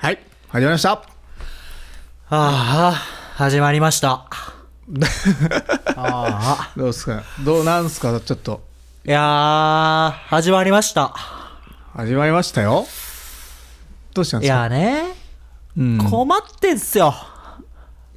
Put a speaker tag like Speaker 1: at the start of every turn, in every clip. Speaker 1: 始まりました
Speaker 2: ああ、始まり ました。ああ。
Speaker 1: どうですかどうなんすかちょっと
Speaker 2: いやー、始まりました。
Speaker 1: 始まりましたよどうしたん
Speaker 2: い
Speaker 1: ですか
Speaker 2: やーね、
Speaker 1: うん
Speaker 2: 困ってんすよ。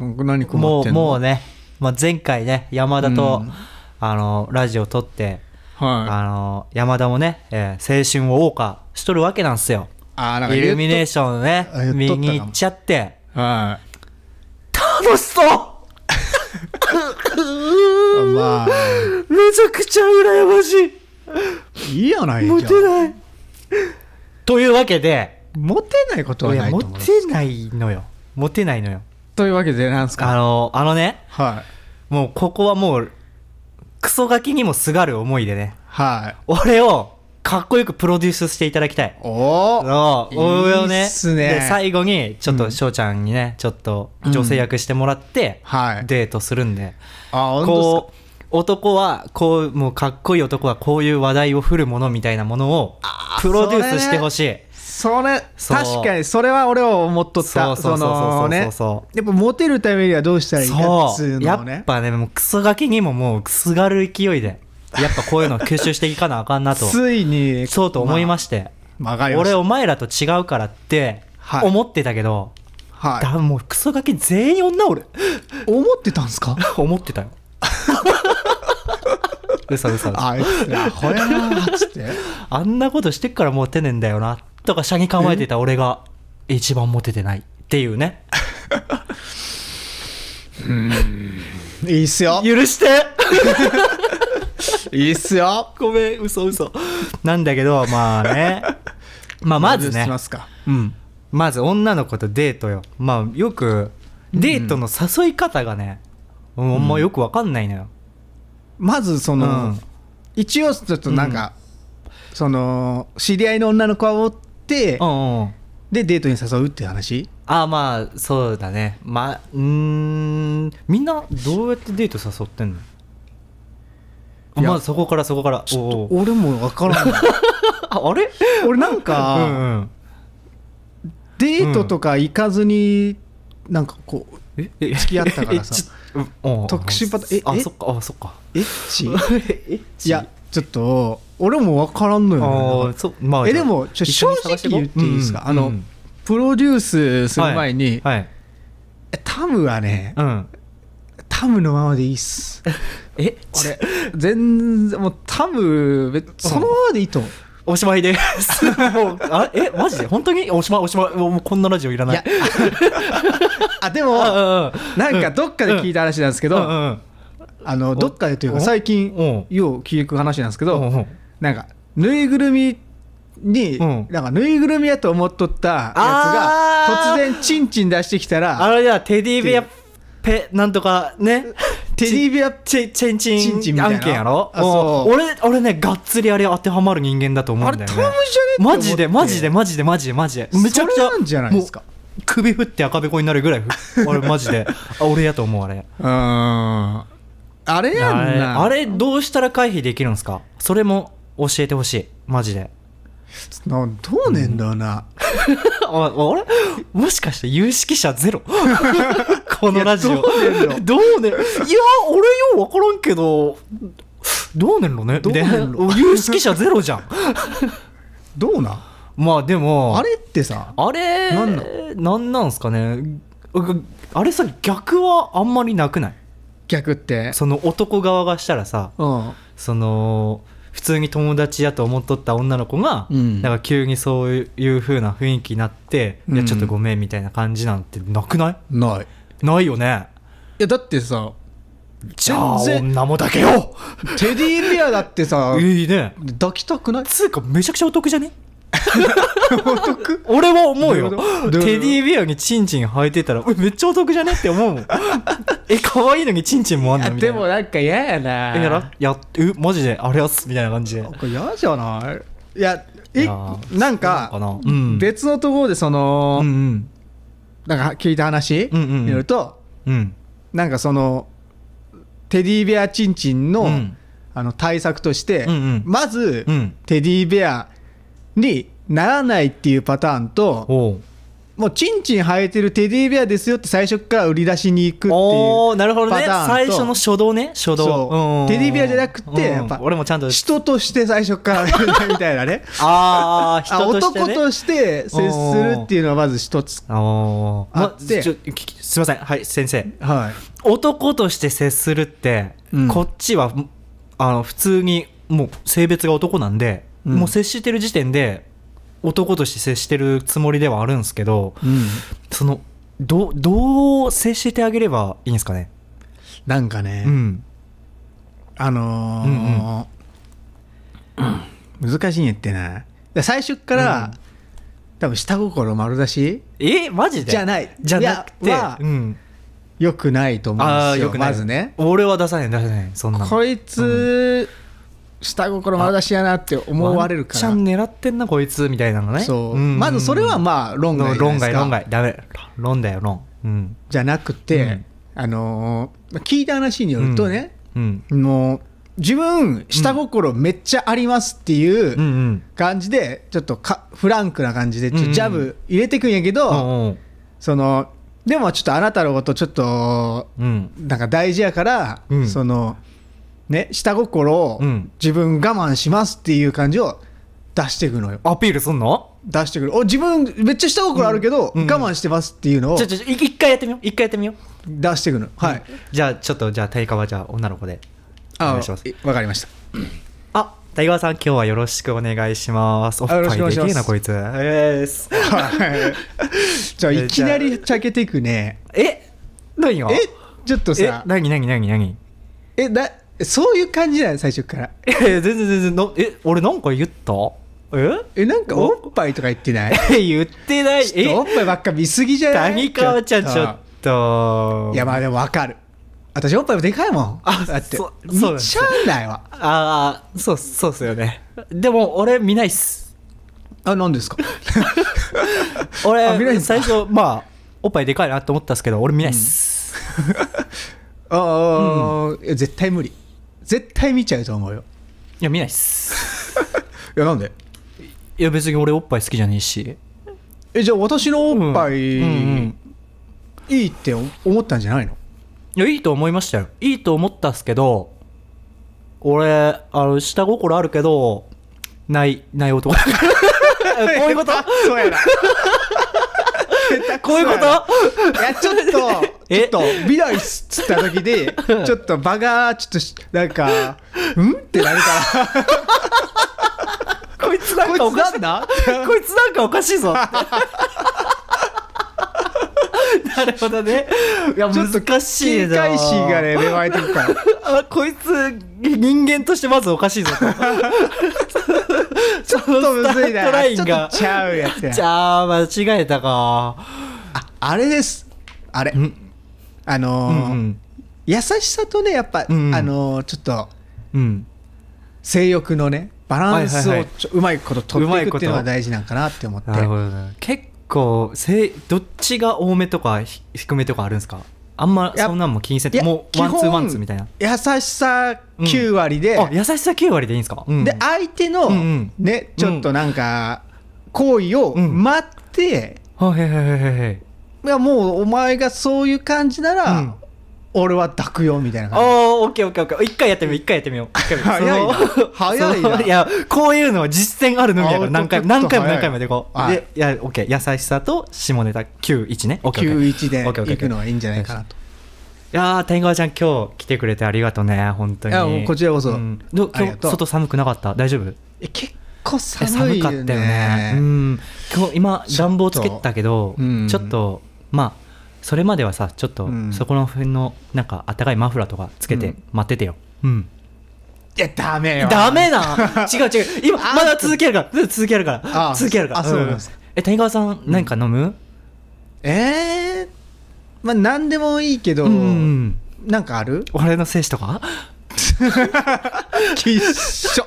Speaker 1: 何困
Speaker 2: も
Speaker 1: って
Speaker 2: う、
Speaker 1: んの
Speaker 2: もうね、まあ、前回ね、山田と、
Speaker 1: うん
Speaker 2: あの、ラジオ撮って、
Speaker 1: はい
Speaker 2: あの、山田もね、えー青春を謳歌しとるわけなんすよ。
Speaker 1: あーなんか
Speaker 2: イルミネー
Speaker 1: シ
Speaker 2: ションね
Speaker 1: あ言っ、とった
Speaker 2: 見
Speaker 1: かも
Speaker 2: に行っちゃって、
Speaker 1: ョンは
Speaker 2: 楽しそう
Speaker 1: いまあ
Speaker 2: めちゃくちゃ羨ましい
Speaker 1: いいやないじゃん
Speaker 2: ないというわけで、
Speaker 1: モテないことはいな
Speaker 2: や、
Speaker 1: いと
Speaker 2: モ
Speaker 1: 思う
Speaker 2: テないのよ。モテないのよ。
Speaker 1: というわけでなんす
Speaker 2: あ
Speaker 1: か
Speaker 2: の、あのね、
Speaker 1: はい
Speaker 2: もうここはもう、クソガキにもすがる思いでね、
Speaker 1: はい
Speaker 2: 俺をかっこよくプロデュースしていただきたい。
Speaker 1: おー
Speaker 2: あの俺を
Speaker 1: いい
Speaker 2: ね
Speaker 1: っすね
Speaker 2: で、最後に、ちょっ
Speaker 1: うん
Speaker 2: と翔ちゃんにね、ちょっと女性役してもらって、
Speaker 1: はい
Speaker 2: デートするんで、
Speaker 1: あ本当
Speaker 2: こう、男は、こう、もうかっこいい男はこういう話題を振るものみたいなものを、プロデュースしてほしい。
Speaker 1: ですかそれ
Speaker 2: そう
Speaker 1: 確かにそれは俺は思っとった
Speaker 2: そうそうそうそう
Speaker 1: のね
Speaker 2: そうそ
Speaker 1: やっぱモテるためにはどうしたらいいかっつ
Speaker 2: そうう、
Speaker 1: の
Speaker 2: や
Speaker 1: を
Speaker 2: っ
Speaker 1: ね
Speaker 2: ぱね、もうクソガキにももうくすがる勢いで、やっぱこういうのを吸収していかなあかん なと、
Speaker 1: ついに
Speaker 2: そうと思いまして、
Speaker 1: まあわかりまし
Speaker 2: 俺
Speaker 1: た
Speaker 2: お前らと違うからって
Speaker 1: はい
Speaker 2: 思ってたけど、
Speaker 1: はい
Speaker 2: 多分もうクソガキ全員女俺、
Speaker 1: 思ってたんすか
Speaker 2: 思っ てたよ。嘘嘘嘘。
Speaker 1: あいつらほやなーっつって
Speaker 2: あんなことしてっからモテねえんだよな、とか車に構えてた俺が一番モテてないっていうね。
Speaker 1: いいっすよ
Speaker 2: 許して
Speaker 1: いいっすよ
Speaker 2: ごめん、嘘嘘。なんだけど、まあね。まあまず
Speaker 1: どう
Speaker 2: ね
Speaker 1: し。ますか
Speaker 2: うん、まず女の子とデートよまあよくデートの誘い方がね、うん、あんまよくわかんないのよ、
Speaker 1: まずその、
Speaker 2: うん
Speaker 1: 一応ちょっとなんか、その知り合いの女の子を追って、
Speaker 2: うんうん
Speaker 1: でデートに誘うっていう話
Speaker 2: ああまあそうだねまあうーんみんなどうやってデート誘ってんのあ
Speaker 1: いや
Speaker 2: まずそこからそこから
Speaker 1: ちょっ
Speaker 2: お
Speaker 1: と
Speaker 2: うおう
Speaker 1: 俺もわから ない
Speaker 2: ああれ
Speaker 1: 俺なんか、
Speaker 2: うんうん
Speaker 1: デートとか行かずになんかこう
Speaker 2: ええ
Speaker 1: 付き合ったからさ
Speaker 2: えちょうんうん
Speaker 1: 特殊パターンえ
Speaker 2: あ
Speaker 1: え
Speaker 2: そっかあそっ か
Speaker 1: エッチ
Speaker 2: え
Speaker 1: いやちょっと俺もわからんの
Speaker 2: あ
Speaker 1: よ、ね
Speaker 2: ー、そうまあ
Speaker 1: えでもちょ
Speaker 2: 一緒に
Speaker 1: 正
Speaker 2: 探して
Speaker 1: 直言っていいですか、あの、
Speaker 2: うんうん
Speaker 1: プロデュースする前に、
Speaker 2: はいはい
Speaker 1: タムはね、
Speaker 2: うん
Speaker 1: タムのままでいいっす。
Speaker 2: え
Speaker 1: 俺、全然、もうタム、別そのままでいいと思う。
Speaker 2: おしまい です。もう、あ え、マジで本当におしまい、おしまい。もうもうこんなラジオいらないい
Speaker 1: や。、 あ、で
Speaker 2: うん
Speaker 1: も、
Speaker 2: うんうん
Speaker 1: なんかどっかで聞いた話なんですけ
Speaker 2: うんう
Speaker 1: ど、
Speaker 2: ん
Speaker 1: あの、どっかでという
Speaker 2: お
Speaker 1: か最近
Speaker 2: お、
Speaker 1: よう聞く話なんですけ
Speaker 2: うんうん
Speaker 1: ど、なんか、ぬいぐるみに、
Speaker 2: うん
Speaker 1: なんかぬいぐるみやと思っとったやつが、
Speaker 2: あー
Speaker 1: 突然チンチン出してきた
Speaker 2: あ
Speaker 1: ら、
Speaker 2: れだ、テディベアペ、なんとかね。
Speaker 1: テディベア
Speaker 2: チェチェンチン
Speaker 1: チンチンみたいな
Speaker 2: 案件やろ
Speaker 1: あそう
Speaker 2: うん俺、俺ね、がっつりあれ当てはまる人間だと思
Speaker 1: あ
Speaker 2: うん
Speaker 1: れ
Speaker 2: だ
Speaker 1: タム
Speaker 2: よ
Speaker 1: じゃ
Speaker 2: ね
Speaker 1: ね。って思って
Speaker 2: マジで、マジで、マジで、マジで、マジで。めちゃくちゃ。
Speaker 1: それなんじゃないですか
Speaker 2: もう首振って赤べこになるぐらい振、俺 マジで。あ俺やと思う、あれ。
Speaker 1: うーんあれやん
Speaker 2: あれ
Speaker 1: な。
Speaker 2: あれどうしたら回避できるんですかそれも教えてほしいマジで
Speaker 1: などうねんだよな。
Speaker 2: ああれもしかして有識者ゼロ このラジオ
Speaker 1: いやどうねんの
Speaker 2: どうねんいや俺よう分からんけどどうねんのね
Speaker 1: どうねんの
Speaker 2: で 有識者ゼロじゃん
Speaker 1: どうなん
Speaker 2: まあでも
Speaker 1: あれってさ、
Speaker 2: あれ
Speaker 1: なんな
Speaker 2: なんなんすかねうあれさ逆はあんまりなくない
Speaker 1: 逆って。
Speaker 2: その男側がしたらさ
Speaker 1: うん。
Speaker 2: その普通に友達やと思っとった女の子が、
Speaker 1: うん
Speaker 2: なんか急にそういう風な雰囲気になって、
Speaker 1: うん
Speaker 2: いやちょっとごめんみたいな感じなんてなくな
Speaker 1: ない。い
Speaker 2: いないよね
Speaker 1: や、だってさ、
Speaker 2: じゃあ
Speaker 1: 全然
Speaker 2: 女もだけよ、
Speaker 1: テディベアだってさ
Speaker 2: いいね
Speaker 1: 抱きたくない
Speaker 2: つうかめちゃくちゃお得じゃね
Speaker 1: お得
Speaker 2: 俺は思うよ
Speaker 1: どういうことどういうこと
Speaker 2: テディベアにチンチン履いてたらえめっちゃお得じゃねって思 うもんえ可愛いのにチンチンもあんのみたい
Speaker 1: で
Speaker 2: な
Speaker 1: もなんか嫌やな。
Speaker 2: えやらやっえマジであれやっすみたいな感じで
Speaker 1: なんか嫌じゃないいや、え、
Speaker 2: いやー
Speaker 1: なんか
Speaker 2: そうなのかなうん
Speaker 1: 別のところでそ
Speaker 2: うん
Speaker 1: の
Speaker 2: う、ん
Speaker 1: なんか聞いた話
Speaker 2: うんうんうん
Speaker 1: によると、
Speaker 2: うん
Speaker 1: なんかその、テディベアチンチンの、
Speaker 2: うん
Speaker 1: あの対策として、
Speaker 2: うんうん
Speaker 1: まず、
Speaker 2: うん
Speaker 1: テディベアにならないっていうパターンと
Speaker 2: おう
Speaker 1: もうチンチン生えてるテディベアですよって最初から売り出しに行くって
Speaker 2: お
Speaker 1: い
Speaker 2: おなるほど
Speaker 1: パ
Speaker 2: ね
Speaker 1: ターンと
Speaker 2: 最初の初動ね初
Speaker 1: そう
Speaker 2: 動
Speaker 1: テディベアじゃなくてやっぱ
Speaker 2: 俺もちゃんと
Speaker 1: う人として最初からみたいなね
Speaker 2: ああ
Speaker 1: あ
Speaker 2: 人として、ね、
Speaker 1: 男として接するっていうのはまず一つ
Speaker 2: おー
Speaker 1: あって
Speaker 2: まちょ聞きすいませんはい先生
Speaker 1: はい
Speaker 2: 男として接するって、
Speaker 1: うん
Speaker 2: こっちはあの普通にもう性別が男なんで、
Speaker 1: うん
Speaker 2: もう接してる時点で男として接してるつもりではあるんですけどそのどうどう接してあげればいいんですかね
Speaker 1: なんかね、
Speaker 2: うん
Speaker 1: あのー難しいんやってな最初から、多分下心丸出し
Speaker 2: えマジで
Speaker 1: じゃない
Speaker 2: じゃなく
Speaker 1: い
Speaker 2: て
Speaker 1: やは
Speaker 2: うん、
Speaker 1: よくないと思うん
Speaker 2: あ
Speaker 1: で
Speaker 2: あ
Speaker 1: す
Speaker 2: よ
Speaker 1: よ
Speaker 2: くない
Speaker 1: まずね
Speaker 2: 俺は出さない出さないそんなの
Speaker 1: こいつ、下心丸出しやなって思われるから
Speaker 2: ワンチャン狙ってんなこいつみたいなのね
Speaker 1: そう、まずそれは
Speaker 2: あ
Speaker 1: まあ論外じゃな
Speaker 2: 論
Speaker 1: いです
Speaker 2: 外
Speaker 1: か
Speaker 2: 論外ダメ論だよ論うん
Speaker 1: じゃなくて、
Speaker 2: うん
Speaker 1: あのーまあ聞いた話によるとね、
Speaker 2: うん
Speaker 1: もう自分下心めっちゃありますって
Speaker 2: うんう
Speaker 1: いうん感じでちょっとかフランクな感じでちょ
Speaker 2: うんうん
Speaker 1: ジャブ入れてくんやけど、
Speaker 2: うん
Speaker 1: そのでもちょっとあなたのことちょっと
Speaker 2: うん
Speaker 1: なんか大事やから、
Speaker 2: うん
Speaker 1: そのね下心を
Speaker 2: うん
Speaker 1: 自分我慢しますっていう感じを出していくのよ
Speaker 2: アピールすんの
Speaker 1: 出してくるお自分めっちゃ下心あるけど、
Speaker 2: うんうん
Speaker 1: 我慢してますっていうのを
Speaker 2: ちょちょい一回やってみよう一回やってみよう
Speaker 1: 出していくの、はい
Speaker 2: じゃあちょっとじゃあタイカはじゃあ女の子でお
Speaker 1: あ
Speaker 2: 願いします
Speaker 1: わかりました
Speaker 2: あタイガワさん今日はよろしくお願いしますおっぱ
Speaker 1: あよろしくお願
Speaker 2: い
Speaker 1: いし
Speaker 2: でけ
Speaker 1: ます
Speaker 2: えなこいつえーす
Speaker 1: はいじ ゃあいきなりちゃけていくね
Speaker 2: え何が
Speaker 1: えちょっと
Speaker 2: え
Speaker 1: さ
Speaker 2: 何何何何
Speaker 1: えだそういう感じだよ最初から
Speaker 2: え全然全然のえ俺なんか言ったえ
Speaker 1: えなんか
Speaker 2: お
Speaker 1: おっぱいとか言ってない
Speaker 2: え 言ってない
Speaker 1: ちょっとお
Speaker 2: え
Speaker 1: っぱいばっか見すぎじゃない
Speaker 2: 谷川ちゃんちょっと
Speaker 1: いやまあでもわかる私おっぱいでかいもん
Speaker 2: あ
Speaker 1: だって
Speaker 2: そそうな
Speaker 1: 見
Speaker 2: んです
Speaker 1: ち
Speaker 2: よ
Speaker 1: ゃうないわ
Speaker 2: ああそうそうっすよねでも俺見ないっす
Speaker 1: あ何ですかあ見ない
Speaker 2: 俺
Speaker 1: んすか
Speaker 2: 最初まあおっぱいでかいなって思ったっすけど俺見ないっす、
Speaker 1: ああ、いや絶対無理絶対見ちゃうと思うよ
Speaker 2: いや見ないっす
Speaker 1: いやなんで
Speaker 2: いや別に俺おっぱい好きじゃねえし
Speaker 1: えじゃあ私のおっぱい、
Speaker 2: うんうん
Speaker 1: いいって思ったんじゃないの
Speaker 2: いやいいと思いましたよいいと思ったっすけど俺あの下心あるけどないない男こういうこと
Speaker 1: そう やな
Speaker 2: こうい うこ
Speaker 1: 下
Speaker 2: と
Speaker 1: いやちょっとちょ
Speaker 2: え
Speaker 1: っと未来っつった時でちょっと場がちょっとしなんかうんってなるから
Speaker 2: こいつなんかおか しいなこいつなんかおかしいぞなるほどねいや
Speaker 1: ちょっと
Speaker 2: 難しい
Speaker 1: 警
Speaker 2: な
Speaker 1: 戒心がね芽生えてくから
Speaker 2: あこいつ人間としてまずおかしい ぞちょっ
Speaker 1: ちょっとむずいな。
Speaker 2: ライ
Speaker 1: ちょっ
Speaker 2: ン
Speaker 1: と
Speaker 2: が
Speaker 1: ちゃうやつや。
Speaker 2: じゃあ間違えたか
Speaker 1: ああれです。あれ。
Speaker 2: ん
Speaker 1: あの
Speaker 2: う
Speaker 1: ー
Speaker 2: ん
Speaker 1: 優しさとね、やっぱ、
Speaker 2: うんうん
Speaker 1: あのーちょっと
Speaker 2: うん
Speaker 1: 性欲のね、バランス
Speaker 2: はい
Speaker 1: を
Speaker 2: はいはい
Speaker 1: ちょうまいこと取っていくっていうの
Speaker 2: うまいこ
Speaker 1: が
Speaker 2: と
Speaker 1: 大事なんかなって思って。
Speaker 2: なるほどね結構せいどっちが多めとかひ低めとかあるんですかあんま
Speaker 1: いや
Speaker 2: そんなんも気にせんと
Speaker 1: いや
Speaker 2: もう
Speaker 1: 基
Speaker 2: ワ
Speaker 1: 本
Speaker 2: ンツーワンツーみたいな
Speaker 1: 優しさ9割で、
Speaker 2: あ優しさ9割でいいんですか、うん
Speaker 1: で、相手の、
Speaker 2: うんうん
Speaker 1: ね、ちょっとなんか、行為を
Speaker 2: うん
Speaker 1: 待って、
Speaker 2: はいはいはいはいはい
Speaker 1: いやもうお前がそういう感じなら、
Speaker 2: うん
Speaker 1: 俺は抱くよみたいな感じ。
Speaker 2: おー、オッケーオッケーオッケー。一回やってみよう、一回やってみよう。一回やってみよう
Speaker 1: 早いな早いな
Speaker 2: そのいや、こういうのは実践あるのみやから
Speaker 1: あ
Speaker 2: 何回も、
Speaker 1: ちょっ
Speaker 2: 何
Speaker 1: と
Speaker 2: 回も
Speaker 1: 早い
Speaker 2: 何回もやっていこう。
Speaker 1: はい
Speaker 2: で、いや、オッケー。優しさと下ネタ91ね。オッケー。オッケ
Speaker 1: 91
Speaker 2: ー
Speaker 1: で
Speaker 2: オッケーオッケー
Speaker 1: 行くのはいいんじゃないかなと。
Speaker 2: いやー、谷川ちゃん、今日来てくれてありがとうね、本当に。
Speaker 1: いやもうこちらこそ
Speaker 2: うんどう
Speaker 1: ありが
Speaker 2: 今日、
Speaker 1: とう
Speaker 2: 外寒くなかった大丈夫
Speaker 1: え結構
Speaker 2: え
Speaker 1: 寒いよね
Speaker 2: かったよね。うん。今日、今、
Speaker 1: ちょっと
Speaker 2: 暖房つけてたけど
Speaker 1: うん、
Speaker 2: ちょっと、まあ、それまではさ、ちょっと
Speaker 1: う、ん
Speaker 2: そこの辺の、なんか、あったかいマフラーとかつけ
Speaker 1: う
Speaker 2: て
Speaker 1: ん
Speaker 2: 待っててよ。うん。
Speaker 1: いやダメよ
Speaker 2: ダ メな違う違う今
Speaker 1: あ
Speaker 2: まだ続けるから続けるか
Speaker 1: あ
Speaker 2: ら続けるから
Speaker 1: あそうなんです
Speaker 2: え谷川さん何か飲む
Speaker 1: えー、まあ何でもいいけど、
Speaker 2: うん
Speaker 1: なんかある
Speaker 2: 俺の精子とか
Speaker 1: きっ しょ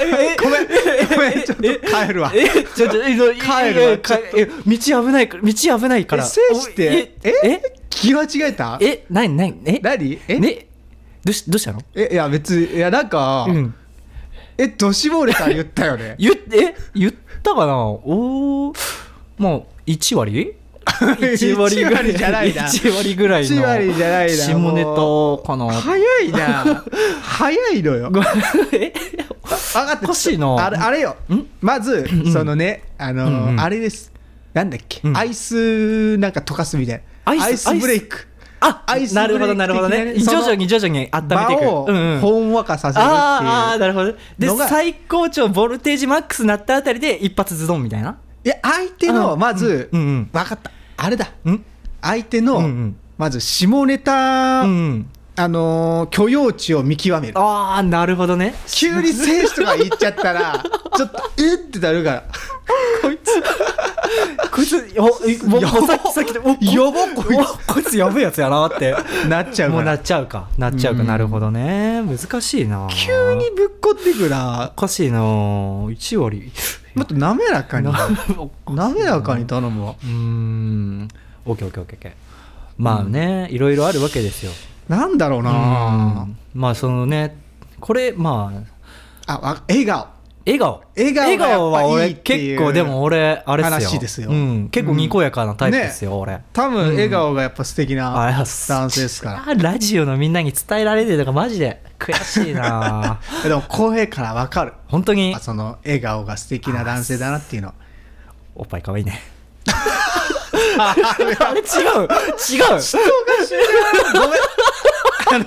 Speaker 2: え
Speaker 1: ごめんご めんちょっと帰るわ
Speaker 2: えちょちょえど
Speaker 1: 帰るわ
Speaker 2: えかえ道危ないから道危ないから
Speaker 1: え精子って
Speaker 2: おええ
Speaker 1: 気間違えた
Speaker 2: ええ何何え
Speaker 1: 何え
Speaker 2: ねどうしどうしたの
Speaker 1: えいや別にいやなんか、
Speaker 2: うん
Speaker 1: え ドシボーレさん言ったよね
Speaker 2: 言っえ言ったかなおーまあ1割
Speaker 1: 1割ぐらいじゃないな
Speaker 2: 1割ぐらいの
Speaker 1: 1割じゃないな
Speaker 2: 下ネタかな
Speaker 1: 早い な早いのよ
Speaker 2: ごめん え
Speaker 1: 分かって
Speaker 2: おかしいな
Speaker 1: あれあれよ
Speaker 2: ん
Speaker 1: まずそのねあのー
Speaker 2: うんうん
Speaker 1: あれですなんだっけ、
Speaker 2: うん
Speaker 1: アイスなんか溶かすみたいな
Speaker 2: アイス
Speaker 1: ブレイク
Speaker 2: あ
Speaker 1: アイスブレ
Speaker 2: な
Speaker 1: イク
Speaker 2: るほどなるほど
Speaker 1: 的な
Speaker 2: ね
Speaker 1: ね
Speaker 2: 徐
Speaker 1: その
Speaker 2: 々に徐々に温めていく
Speaker 1: 場を
Speaker 2: うんうん
Speaker 1: ほんわかさせるっていう、
Speaker 2: あーあーなるほどで
Speaker 1: のが
Speaker 2: 最高潮ボルテージマックスなったあたりで一発ズドンみたいない
Speaker 1: や相手
Speaker 2: あ
Speaker 1: のまず、
Speaker 2: うんうん
Speaker 1: 分かったあれだ
Speaker 2: うん
Speaker 1: 相手の、
Speaker 2: うんうん
Speaker 1: まず下ネタ、
Speaker 2: うん
Speaker 1: あのー許容値を見極める
Speaker 2: ああなるほどね
Speaker 1: 急に選手とか言っちゃった らちょっとえってなるからこいつ
Speaker 2: こいつよもう
Speaker 1: やば
Speaker 2: さっきさっきでお
Speaker 1: やばこい
Speaker 2: おこいつやべえやつやなって
Speaker 1: なっちゃう
Speaker 2: も
Speaker 1: か
Speaker 2: うな
Speaker 1: ら
Speaker 2: っちゃうかなっちゃうか、
Speaker 1: うん
Speaker 2: なるほどね難しいな
Speaker 1: 急にぶっこってくら
Speaker 2: おかしいな1割
Speaker 1: もっと滑らかに
Speaker 2: な
Speaker 1: 滑らかに頼むわ
Speaker 2: うーん OKOKOKOK まあね、いろいろあるわけですよ
Speaker 1: なんだろうな
Speaker 2: うんまあそのねこれまあ
Speaker 1: あわ笑顔
Speaker 2: 笑顔
Speaker 1: 笑顔がやっぱいいっ
Speaker 2: は
Speaker 1: て
Speaker 2: 俺
Speaker 1: いう
Speaker 2: 結構でも俺あれっすよ
Speaker 1: 話ですよ
Speaker 2: うん、結構にこやかなタイプですよ、俺
Speaker 1: 多
Speaker 2: うん
Speaker 1: 分笑顔がやっぱ素敵
Speaker 2: ありがとうござい
Speaker 1: な
Speaker 2: ます
Speaker 1: 男性ですから
Speaker 2: あラジオのみんなに伝えられてるのがマジで悔し いな
Speaker 1: えでも公平から分かる
Speaker 2: 本当に
Speaker 1: あその笑顔が素敵な男性だなっていうの
Speaker 2: おっぱい可愛いねあれ違う違う
Speaker 1: 人が知らないごめんあの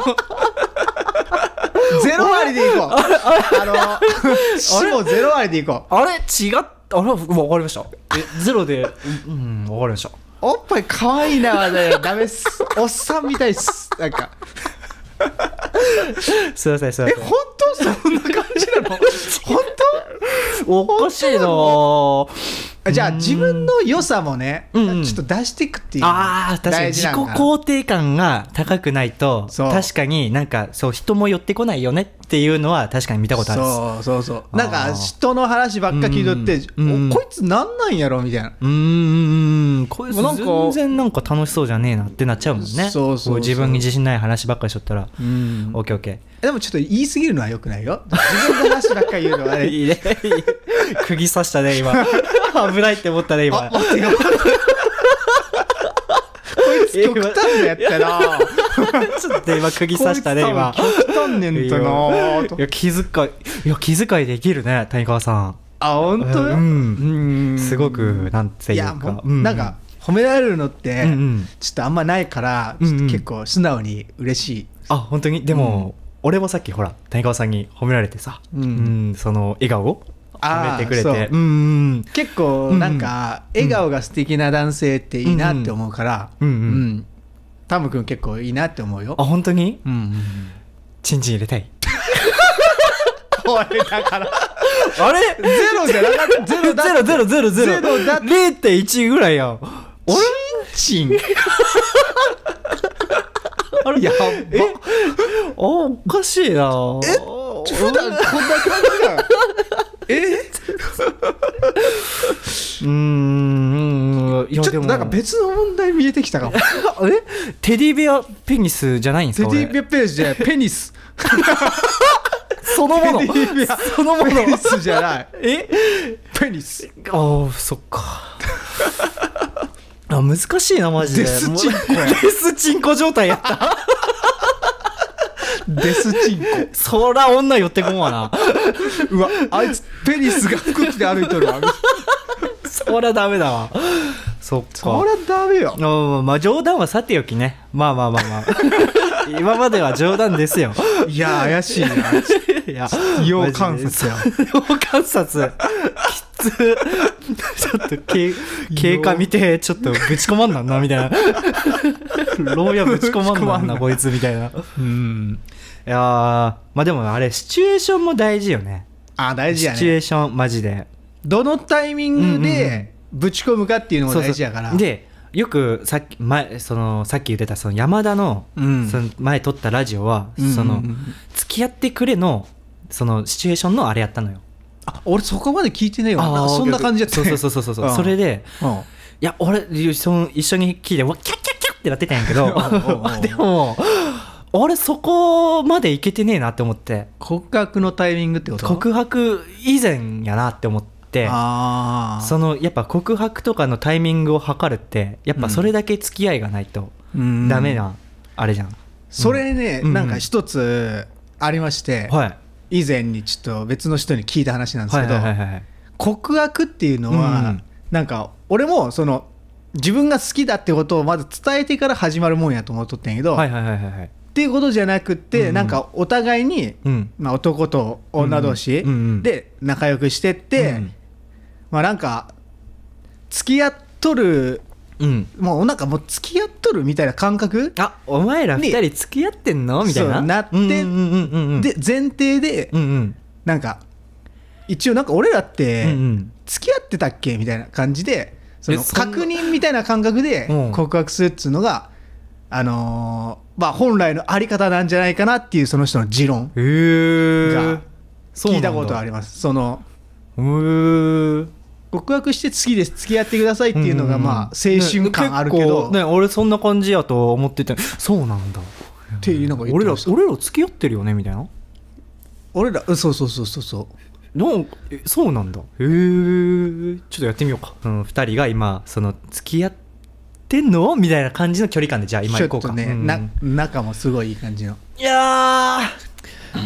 Speaker 1: ゼロ割でいこうあ の死もゼロ割でいこう
Speaker 2: あれ違っあれ分かりましたえゼロでうん分かりました
Speaker 1: おっぱい可愛いなはねダメっすおっさんみたいっすなんか
Speaker 2: すいませんすいま
Speaker 1: え
Speaker 2: せん
Speaker 1: 本当そんな感じなの本
Speaker 2: おかしいな
Speaker 1: 当じゃあ自分の良さもね、
Speaker 2: うんうん
Speaker 1: ちょっと出していくっていうのが
Speaker 2: ああ確かに
Speaker 1: 大事
Speaker 2: 自
Speaker 1: な
Speaker 2: 己
Speaker 1: んだ
Speaker 2: 肯定感が高くないと
Speaker 1: そう
Speaker 2: 確かになんかそう人も寄ってこないよねっていうのは確かに見たことあるっす
Speaker 1: そうそうそう
Speaker 2: あー
Speaker 1: なんか人の話ばっか聞いとって、
Speaker 2: うん
Speaker 1: おこいつなんなんやろみたいな、
Speaker 2: うーんこれ
Speaker 1: もうなんか
Speaker 2: 全然なんか楽しそうじゃねえなってなっちゃうもんね
Speaker 1: そうそうそう
Speaker 2: こ自分に自信ない話ばっかりしとったらオッケーオッケ
Speaker 1: でもちょっと言い過ぎるのはよくないよ自分の話ばっかり言うのは
Speaker 2: ー
Speaker 1: ね
Speaker 2: いいねいいね 釘刺したね今危ないって思ったね
Speaker 1: あ
Speaker 2: 今
Speaker 1: 待ってよこいつ極端なやったな
Speaker 2: ちょっと今釘刺したね今
Speaker 1: こいつ多分極端ねんとなーと
Speaker 2: いや気遣いいや気遣いできるね谷川さん
Speaker 1: あ本当
Speaker 2: う
Speaker 1: う
Speaker 2: ん
Speaker 1: ん
Speaker 2: すごくなんて
Speaker 1: い
Speaker 2: いう
Speaker 1: や
Speaker 2: か
Speaker 1: もうなんか褒められるのって、
Speaker 2: うんうん
Speaker 1: ちょっとあんまないから、
Speaker 2: うんうん
Speaker 1: ちょっと結構素直に嬉しい
Speaker 2: あ本当にでも、俺もさっきほら谷川さんに褒められてさ、
Speaker 1: うん
Speaker 2: うんその笑顔を褒
Speaker 1: あー
Speaker 2: めてくれて
Speaker 1: そう
Speaker 2: うんうん
Speaker 1: 結構
Speaker 2: うん
Speaker 1: なんか、笑顔が素敵な男性っていいなって思うから
Speaker 2: うんうんうん
Speaker 1: タム君結構いいなって思うよ
Speaker 2: あ、本当に
Speaker 1: うんうんうん、
Speaker 2: チンチン入れ たい
Speaker 1: おいだから
Speaker 2: あれ
Speaker 1: ゼロじゃなかったゼ
Speaker 2: ゼ
Speaker 1: ロ
Speaker 2: ロ
Speaker 1: だ
Speaker 2: ゼロゼロゼロゼ
Speaker 1: ゼ
Speaker 2: ロ
Speaker 1: ロだって
Speaker 2: 0.1ぐらいやん
Speaker 1: 俺チンチン
Speaker 2: あれ
Speaker 1: やっば
Speaker 2: えあおかしいなえ
Speaker 1: 普段こんな感じだえ
Speaker 2: うーんいや
Speaker 1: ちょっ
Speaker 2: で
Speaker 1: と
Speaker 2: も
Speaker 1: なんか別の問題見えてきたかも
Speaker 2: えテディベアペニスじゃないんです
Speaker 1: テディ
Speaker 2: かア
Speaker 1: ベアページじゃないペニス
Speaker 2: そのもの
Speaker 1: テディベア
Speaker 2: そのもの
Speaker 1: ペニスじゃない
Speaker 2: え
Speaker 1: ペニス
Speaker 2: ああそっかあ難しいなマジで
Speaker 1: デスチンコや
Speaker 2: もうデスチンコ状態やった
Speaker 1: デスチンコ
Speaker 2: そら女寄ってこんわな
Speaker 1: うわあいつペニスが服着て歩いとるわ
Speaker 2: そらダメだわそっか
Speaker 1: そりゃダメよ
Speaker 2: あまあ冗談はさておきねまあまあまあまあ 今までは冗談ですよ
Speaker 1: いや怪しいない
Speaker 2: や
Speaker 1: 要観察や
Speaker 2: マジで要観察きつちょっとけ経過見てちょっとぶち込まんなんなみたいな牢屋ぶち込まんなんなこいつみたいない
Speaker 1: うん
Speaker 2: やーまあでもあれシチュエーションも大事よね
Speaker 1: あ大事や
Speaker 2: シチュエ
Speaker 1: ね
Speaker 2: ーションマジで
Speaker 1: どのタイミング
Speaker 2: うんうんうん
Speaker 1: でぶち込むかっていうのも
Speaker 2: そうそう
Speaker 1: 大事やから
Speaker 2: でよくさっき前そのさっき言ってたその山田の,、
Speaker 1: うん
Speaker 2: その前撮ったラジオは、
Speaker 1: うんうんうん
Speaker 2: その付き合ってくれのそのシチュエーションのあれやったのよ
Speaker 1: あ俺そこまで聞いてねえわなんかそんな感じやった
Speaker 2: そう
Speaker 1: ね
Speaker 2: そうそうそうそう、
Speaker 1: ん
Speaker 2: それで
Speaker 1: うん
Speaker 2: いや俺その一緒に聞いてわキャッキャッキャッってなってたんや け
Speaker 1: おうおうお
Speaker 2: ど
Speaker 1: う
Speaker 2: でも俺そこまでいけてねえなって思って
Speaker 1: 告白のタイミングってこと
Speaker 2: 告白以前やなって思っって
Speaker 1: ああ
Speaker 2: そのやっぱ告白とかのタイミングを測るってやっぱそれだけ付き合いがないと
Speaker 1: うん
Speaker 2: ダメなあれじゃん、
Speaker 1: それね、
Speaker 2: うん
Speaker 1: なんか一つありまして、
Speaker 2: はい
Speaker 1: 以前にちょっと別の人に聞いた話なんです
Speaker 2: は
Speaker 1: け
Speaker 2: い
Speaker 1: ど、
Speaker 2: はいはいはい
Speaker 1: 告白っていうのは、
Speaker 2: うん
Speaker 1: なんか俺もその自分が好きだってことをまず伝えてから始まるもんやと思っとってんやけど、
Speaker 2: はいはいはいはいはい
Speaker 1: っていうことじゃなくって、
Speaker 2: うん
Speaker 1: なんかお互いに、
Speaker 2: うん
Speaker 1: まあ、男と女同士
Speaker 2: うんうん
Speaker 1: で仲良くしてって、
Speaker 2: うん
Speaker 1: まあなんか付き合っとる
Speaker 2: うん
Speaker 1: もうなんかもう付き合っとるみたいな感覚
Speaker 2: あお前ら二人付き合ってんのみたいな
Speaker 1: そうなって
Speaker 2: うんうんうんうんうん
Speaker 1: で前提で、
Speaker 2: うんうん
Speaker 1: なんか一応なんか俺らっ
Speaker 2: う
Speaker 1: て
Speaker 2: ん
Speaker 1: 付き合ってたっけみたいな感じでその
Speaker 2: えそんな
Speaker 1: 確認みたいな感覚で
Speaker 2: うん
Speaker 1: 告白するっつうのが、あのーまあ本来のあり方なんじゃないかなっていうその人の持論
Speaker 2: うんへえ
Speaker 1: が聞いたことあり
Speaker 2: ま
Speaker 1: ますその
Speaker 2: すへー
Speaker 1: 告白して次です付き合ってくださいっていうのが
Speaker 2: んんん
Speaker 1: まあ青春感あるけ
Speaker 2: ね
Speaker 1: ど、
Speaker 2: 結構ね俺そんな感じやと思っててそうなんだ
Speaker 1: っていうなんか言っ
Speaker 2: 俺
Speaker 1: て
Speaker 2: ら
Speaker 1: ました
Speaker 2: 俺ら付き合ってるよねみたいな
Speaker 1: 俺らうんそうそうそうそうそう
Speaker 2: なんえそうなんだへえちょっとやってみようか、うん、2人が今その付き合ってんのみたいな感じの距離感でじゃあ今
Speaker 1: ちょ
Speaker 2: 行
Speaker 1: っ
Speaker 2: こうか
Speaker 1: とね、
Speaker 2: うん
Speaker 1: な仲もすごいいい感じの
Speaker 2: いや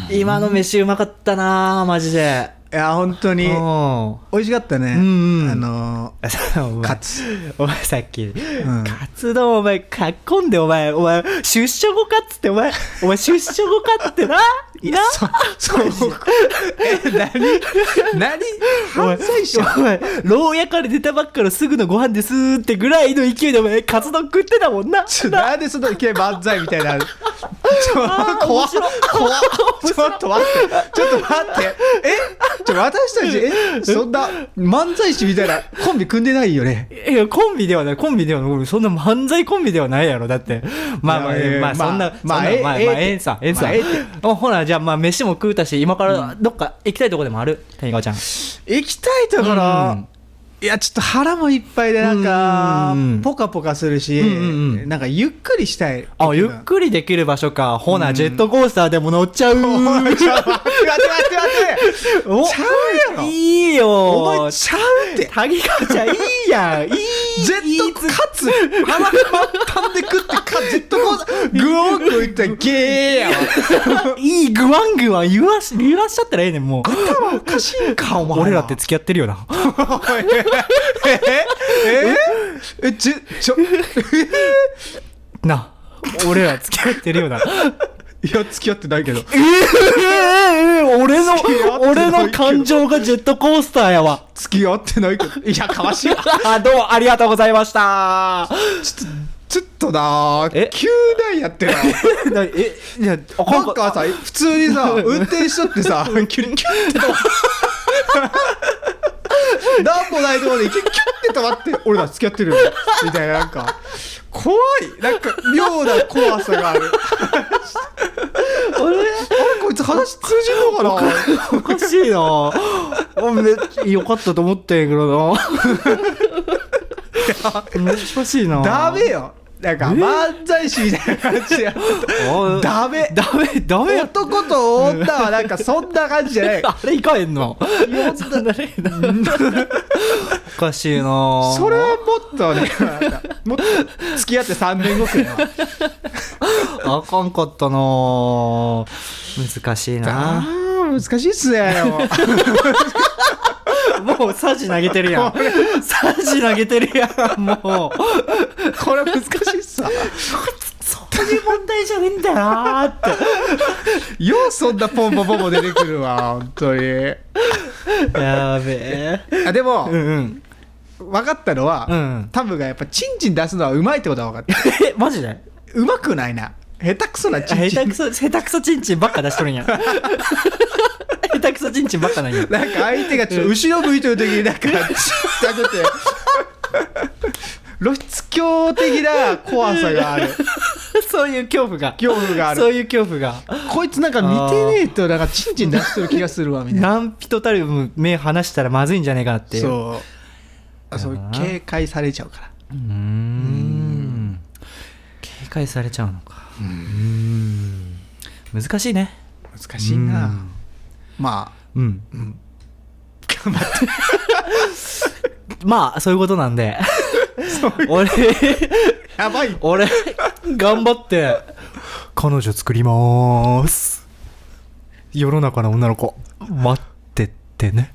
Speaker 2: ー今の飯うまかったなーマジで
Speaker 1: いや本当に
Speaker 2: うん
Speaker 1: 美味しかったね、
Speaker 2: うんうん
Speaker 1: あの
Speaker 2: あそうお
Speaker 1: ー、
Speaker 2: 前
Speaker 1: カツ
Speaker 2: お前さっき、
Speaker 1: ん
Speaker 2: カツ丼お前かっこんでお前お前出所後かっつってお前お前出所後かってないや
Speaker 1: そ、そう。え、何何犯罪者
Speaker 2: お前牢屋から出たばっかのすぐのご飯ですーってぐらいの勢いでお前カツ丼食ってたもんな
Speaker 1: ちょなんでそのいきなり万歳みたいな。ちょ、怖っ、怖っ。ちょっと待って、ちょっと待って。えちょ、私たち、え、そんな漫才師みたいなコンビ組んでないよね。
Speaker 2: いや、コンビではない、コンビではない、そんな漫才コンビではないやろ、だって。まあまあ、
Speaker 1: いやいや
Speaker 2: まあ、
Speaker 1: まあ
Speaker 2: そんな、
Speaker 1: まあ
Speaker 2: そんな
Speaker 1: ええ
Speaker 2: まあ、まあ、
Speaker 1: ええって
Speaker 2: ええんさ、ええんさ
Speaker 1: まあええっ。
Speaker 2: おほら、じゃあ、まあ、飯も食うたし、今からどっか行きたいとこでもある、谷川ちゃん。
Speaker 1: 行きたいところ、いや、ちょっと腹もいっぱいで、なんか
Speaker 2: うんうんうん、
Speaker 1: ポカポカするし、
Speaker 2: うんうんうん
Speaker 1: なんかゆっくりしたい。
Speaker 2: あ、ゆっくりできる場所か。ほな、ジェットコースターでも乗っ ちゃう。
Speaker 1: おいちょ待って待って待って待って
Speaker 2: お
Speaker 1: ちゃうやろ
Speaker 2: いいよ
Speaker 1: お前ちゃうって
Speaker 2: 谷川ちゃん、いいやん。いい。
Speaker 1: ジェットカツ腹たんで食ってかジェットコースターグオーグいったらゲーやわ
Speaker 2: いい、グワングワン言わし、言わしちゃったらええねん、もう。
Speaker 1: 頭おかしいんかお前
Speaker 2: 俺らって付き合ってるよな。
Speaker 1: えええちちょ
Speaker 2: な。俺ら付き合ってるよな。
Speaker 1: いや付き合ってないけど
Speaker 2: ええええ俺の
Speaker 1: 付き合ってないけ、ど
Speaker 2: 俺の感情がジェットコースターやわ。
Speaker 1: 付き合ってないけどいやかわしいわ
Speaker 2: あどうもありがとうございま した。
Speaker 1: ちょっとな
Speaker 2: え
Speaker 1: ー急なんやってな
Speaker 2: なえ、いや、あか
Speaker 1: なんん
Speaker 2: か
Speaker 1: かさ普通に さ運転しとってさ キュリキュリって止まって何もないところでキュリキュリって止まって俺ら付き合ってるよみたいななんか怖いなんか妙な怖さがある
Speaker 2: 俺
Speaker 1: あれこいつ話通じるのかな
Speaker 2: おかしいなあめっちゃよかったと思ってんけどな。難しいな
Speaker 1: ダメよなんか漫才師みたいな感じや
Speaker 2: おい
Speaker 1: ダメ
Speaker 2: ダメダメやった。
Speaker 1: 男と女はなんかそんな感じじゃない
Speaker 2: あれいかへんのそんなねおかしいな
Speaker 1: それはもっとねなんかもっと付き合って3年後くらいは
Speaker 2: あかんかったな難しい
Speaker 1: あ
Speaker 2: な
Speaker 1: ー難しいっす ね。
Speaker 2: もうサジ投げてるやん。 サジ投げてるやん、もう。
Speaker 1: これ難しいっすわ。
Speaker 2: そういう問題じゃねえんだよなーって。
Speaker 1: ようそんなポンポンポンポン出てくるわ、本当に。
Speaker 2: やべえ。
Speaker 1: あでも、
Speaker 2: うんうん。
Speaker 1: 分かったのは、
Speaker 2: うん
Speaker 1: タブがやっぱチンチン出すのはうまいってことは分かっ
Speaker 2: え、マジで
Speaker 1: た。うまくないな。下手くそなチン
Speaker 2: 下
Speaker 1: チ
Speaker 2: 手
Speaker 1: ン
Speaker 2: く。そ、下手くそチンチンばっか出しとるんや。下手くそチンチンばっかなんや。
Speaker 1: なんか相手がちょっと後ろ向いてる時になんかチンって開けて。露出狂的な怖さが ある。
Speaker 2: そういう恐怖が。
Speaker 1: 恐怖があ
Speaker 2: そう
Speaker 1: る。
Speaker 2: いう恐怖が。
Speaker 1: こいつなんか見てねえと、なんかチンチン出してる気がするわ、みたいな。
Speaker 2: 何人たりも目離したらまずいんじゃねえかなっていう。う。
Speaker 1: そう。あそう
Speaker 2: な
Speaker 1: 警戒されちゃうから。
Speaker 2: うーん。警戒されちゃうのか。うーん。難しいね。
Speaker 1: 難しいな、
Speaker 2: うん
Speaker 1: ま
Speaker 2: うん。
Speaker 1: あ頑張って
Speaker 2: まあ、そういうことなんで。
Speaker 1: そういう
Speaker 2: 俺、
Speaker 1: やばいって
Speaker 2: 俺、頑張って、彼女作りまーす。世の中の女の子、待ってってね。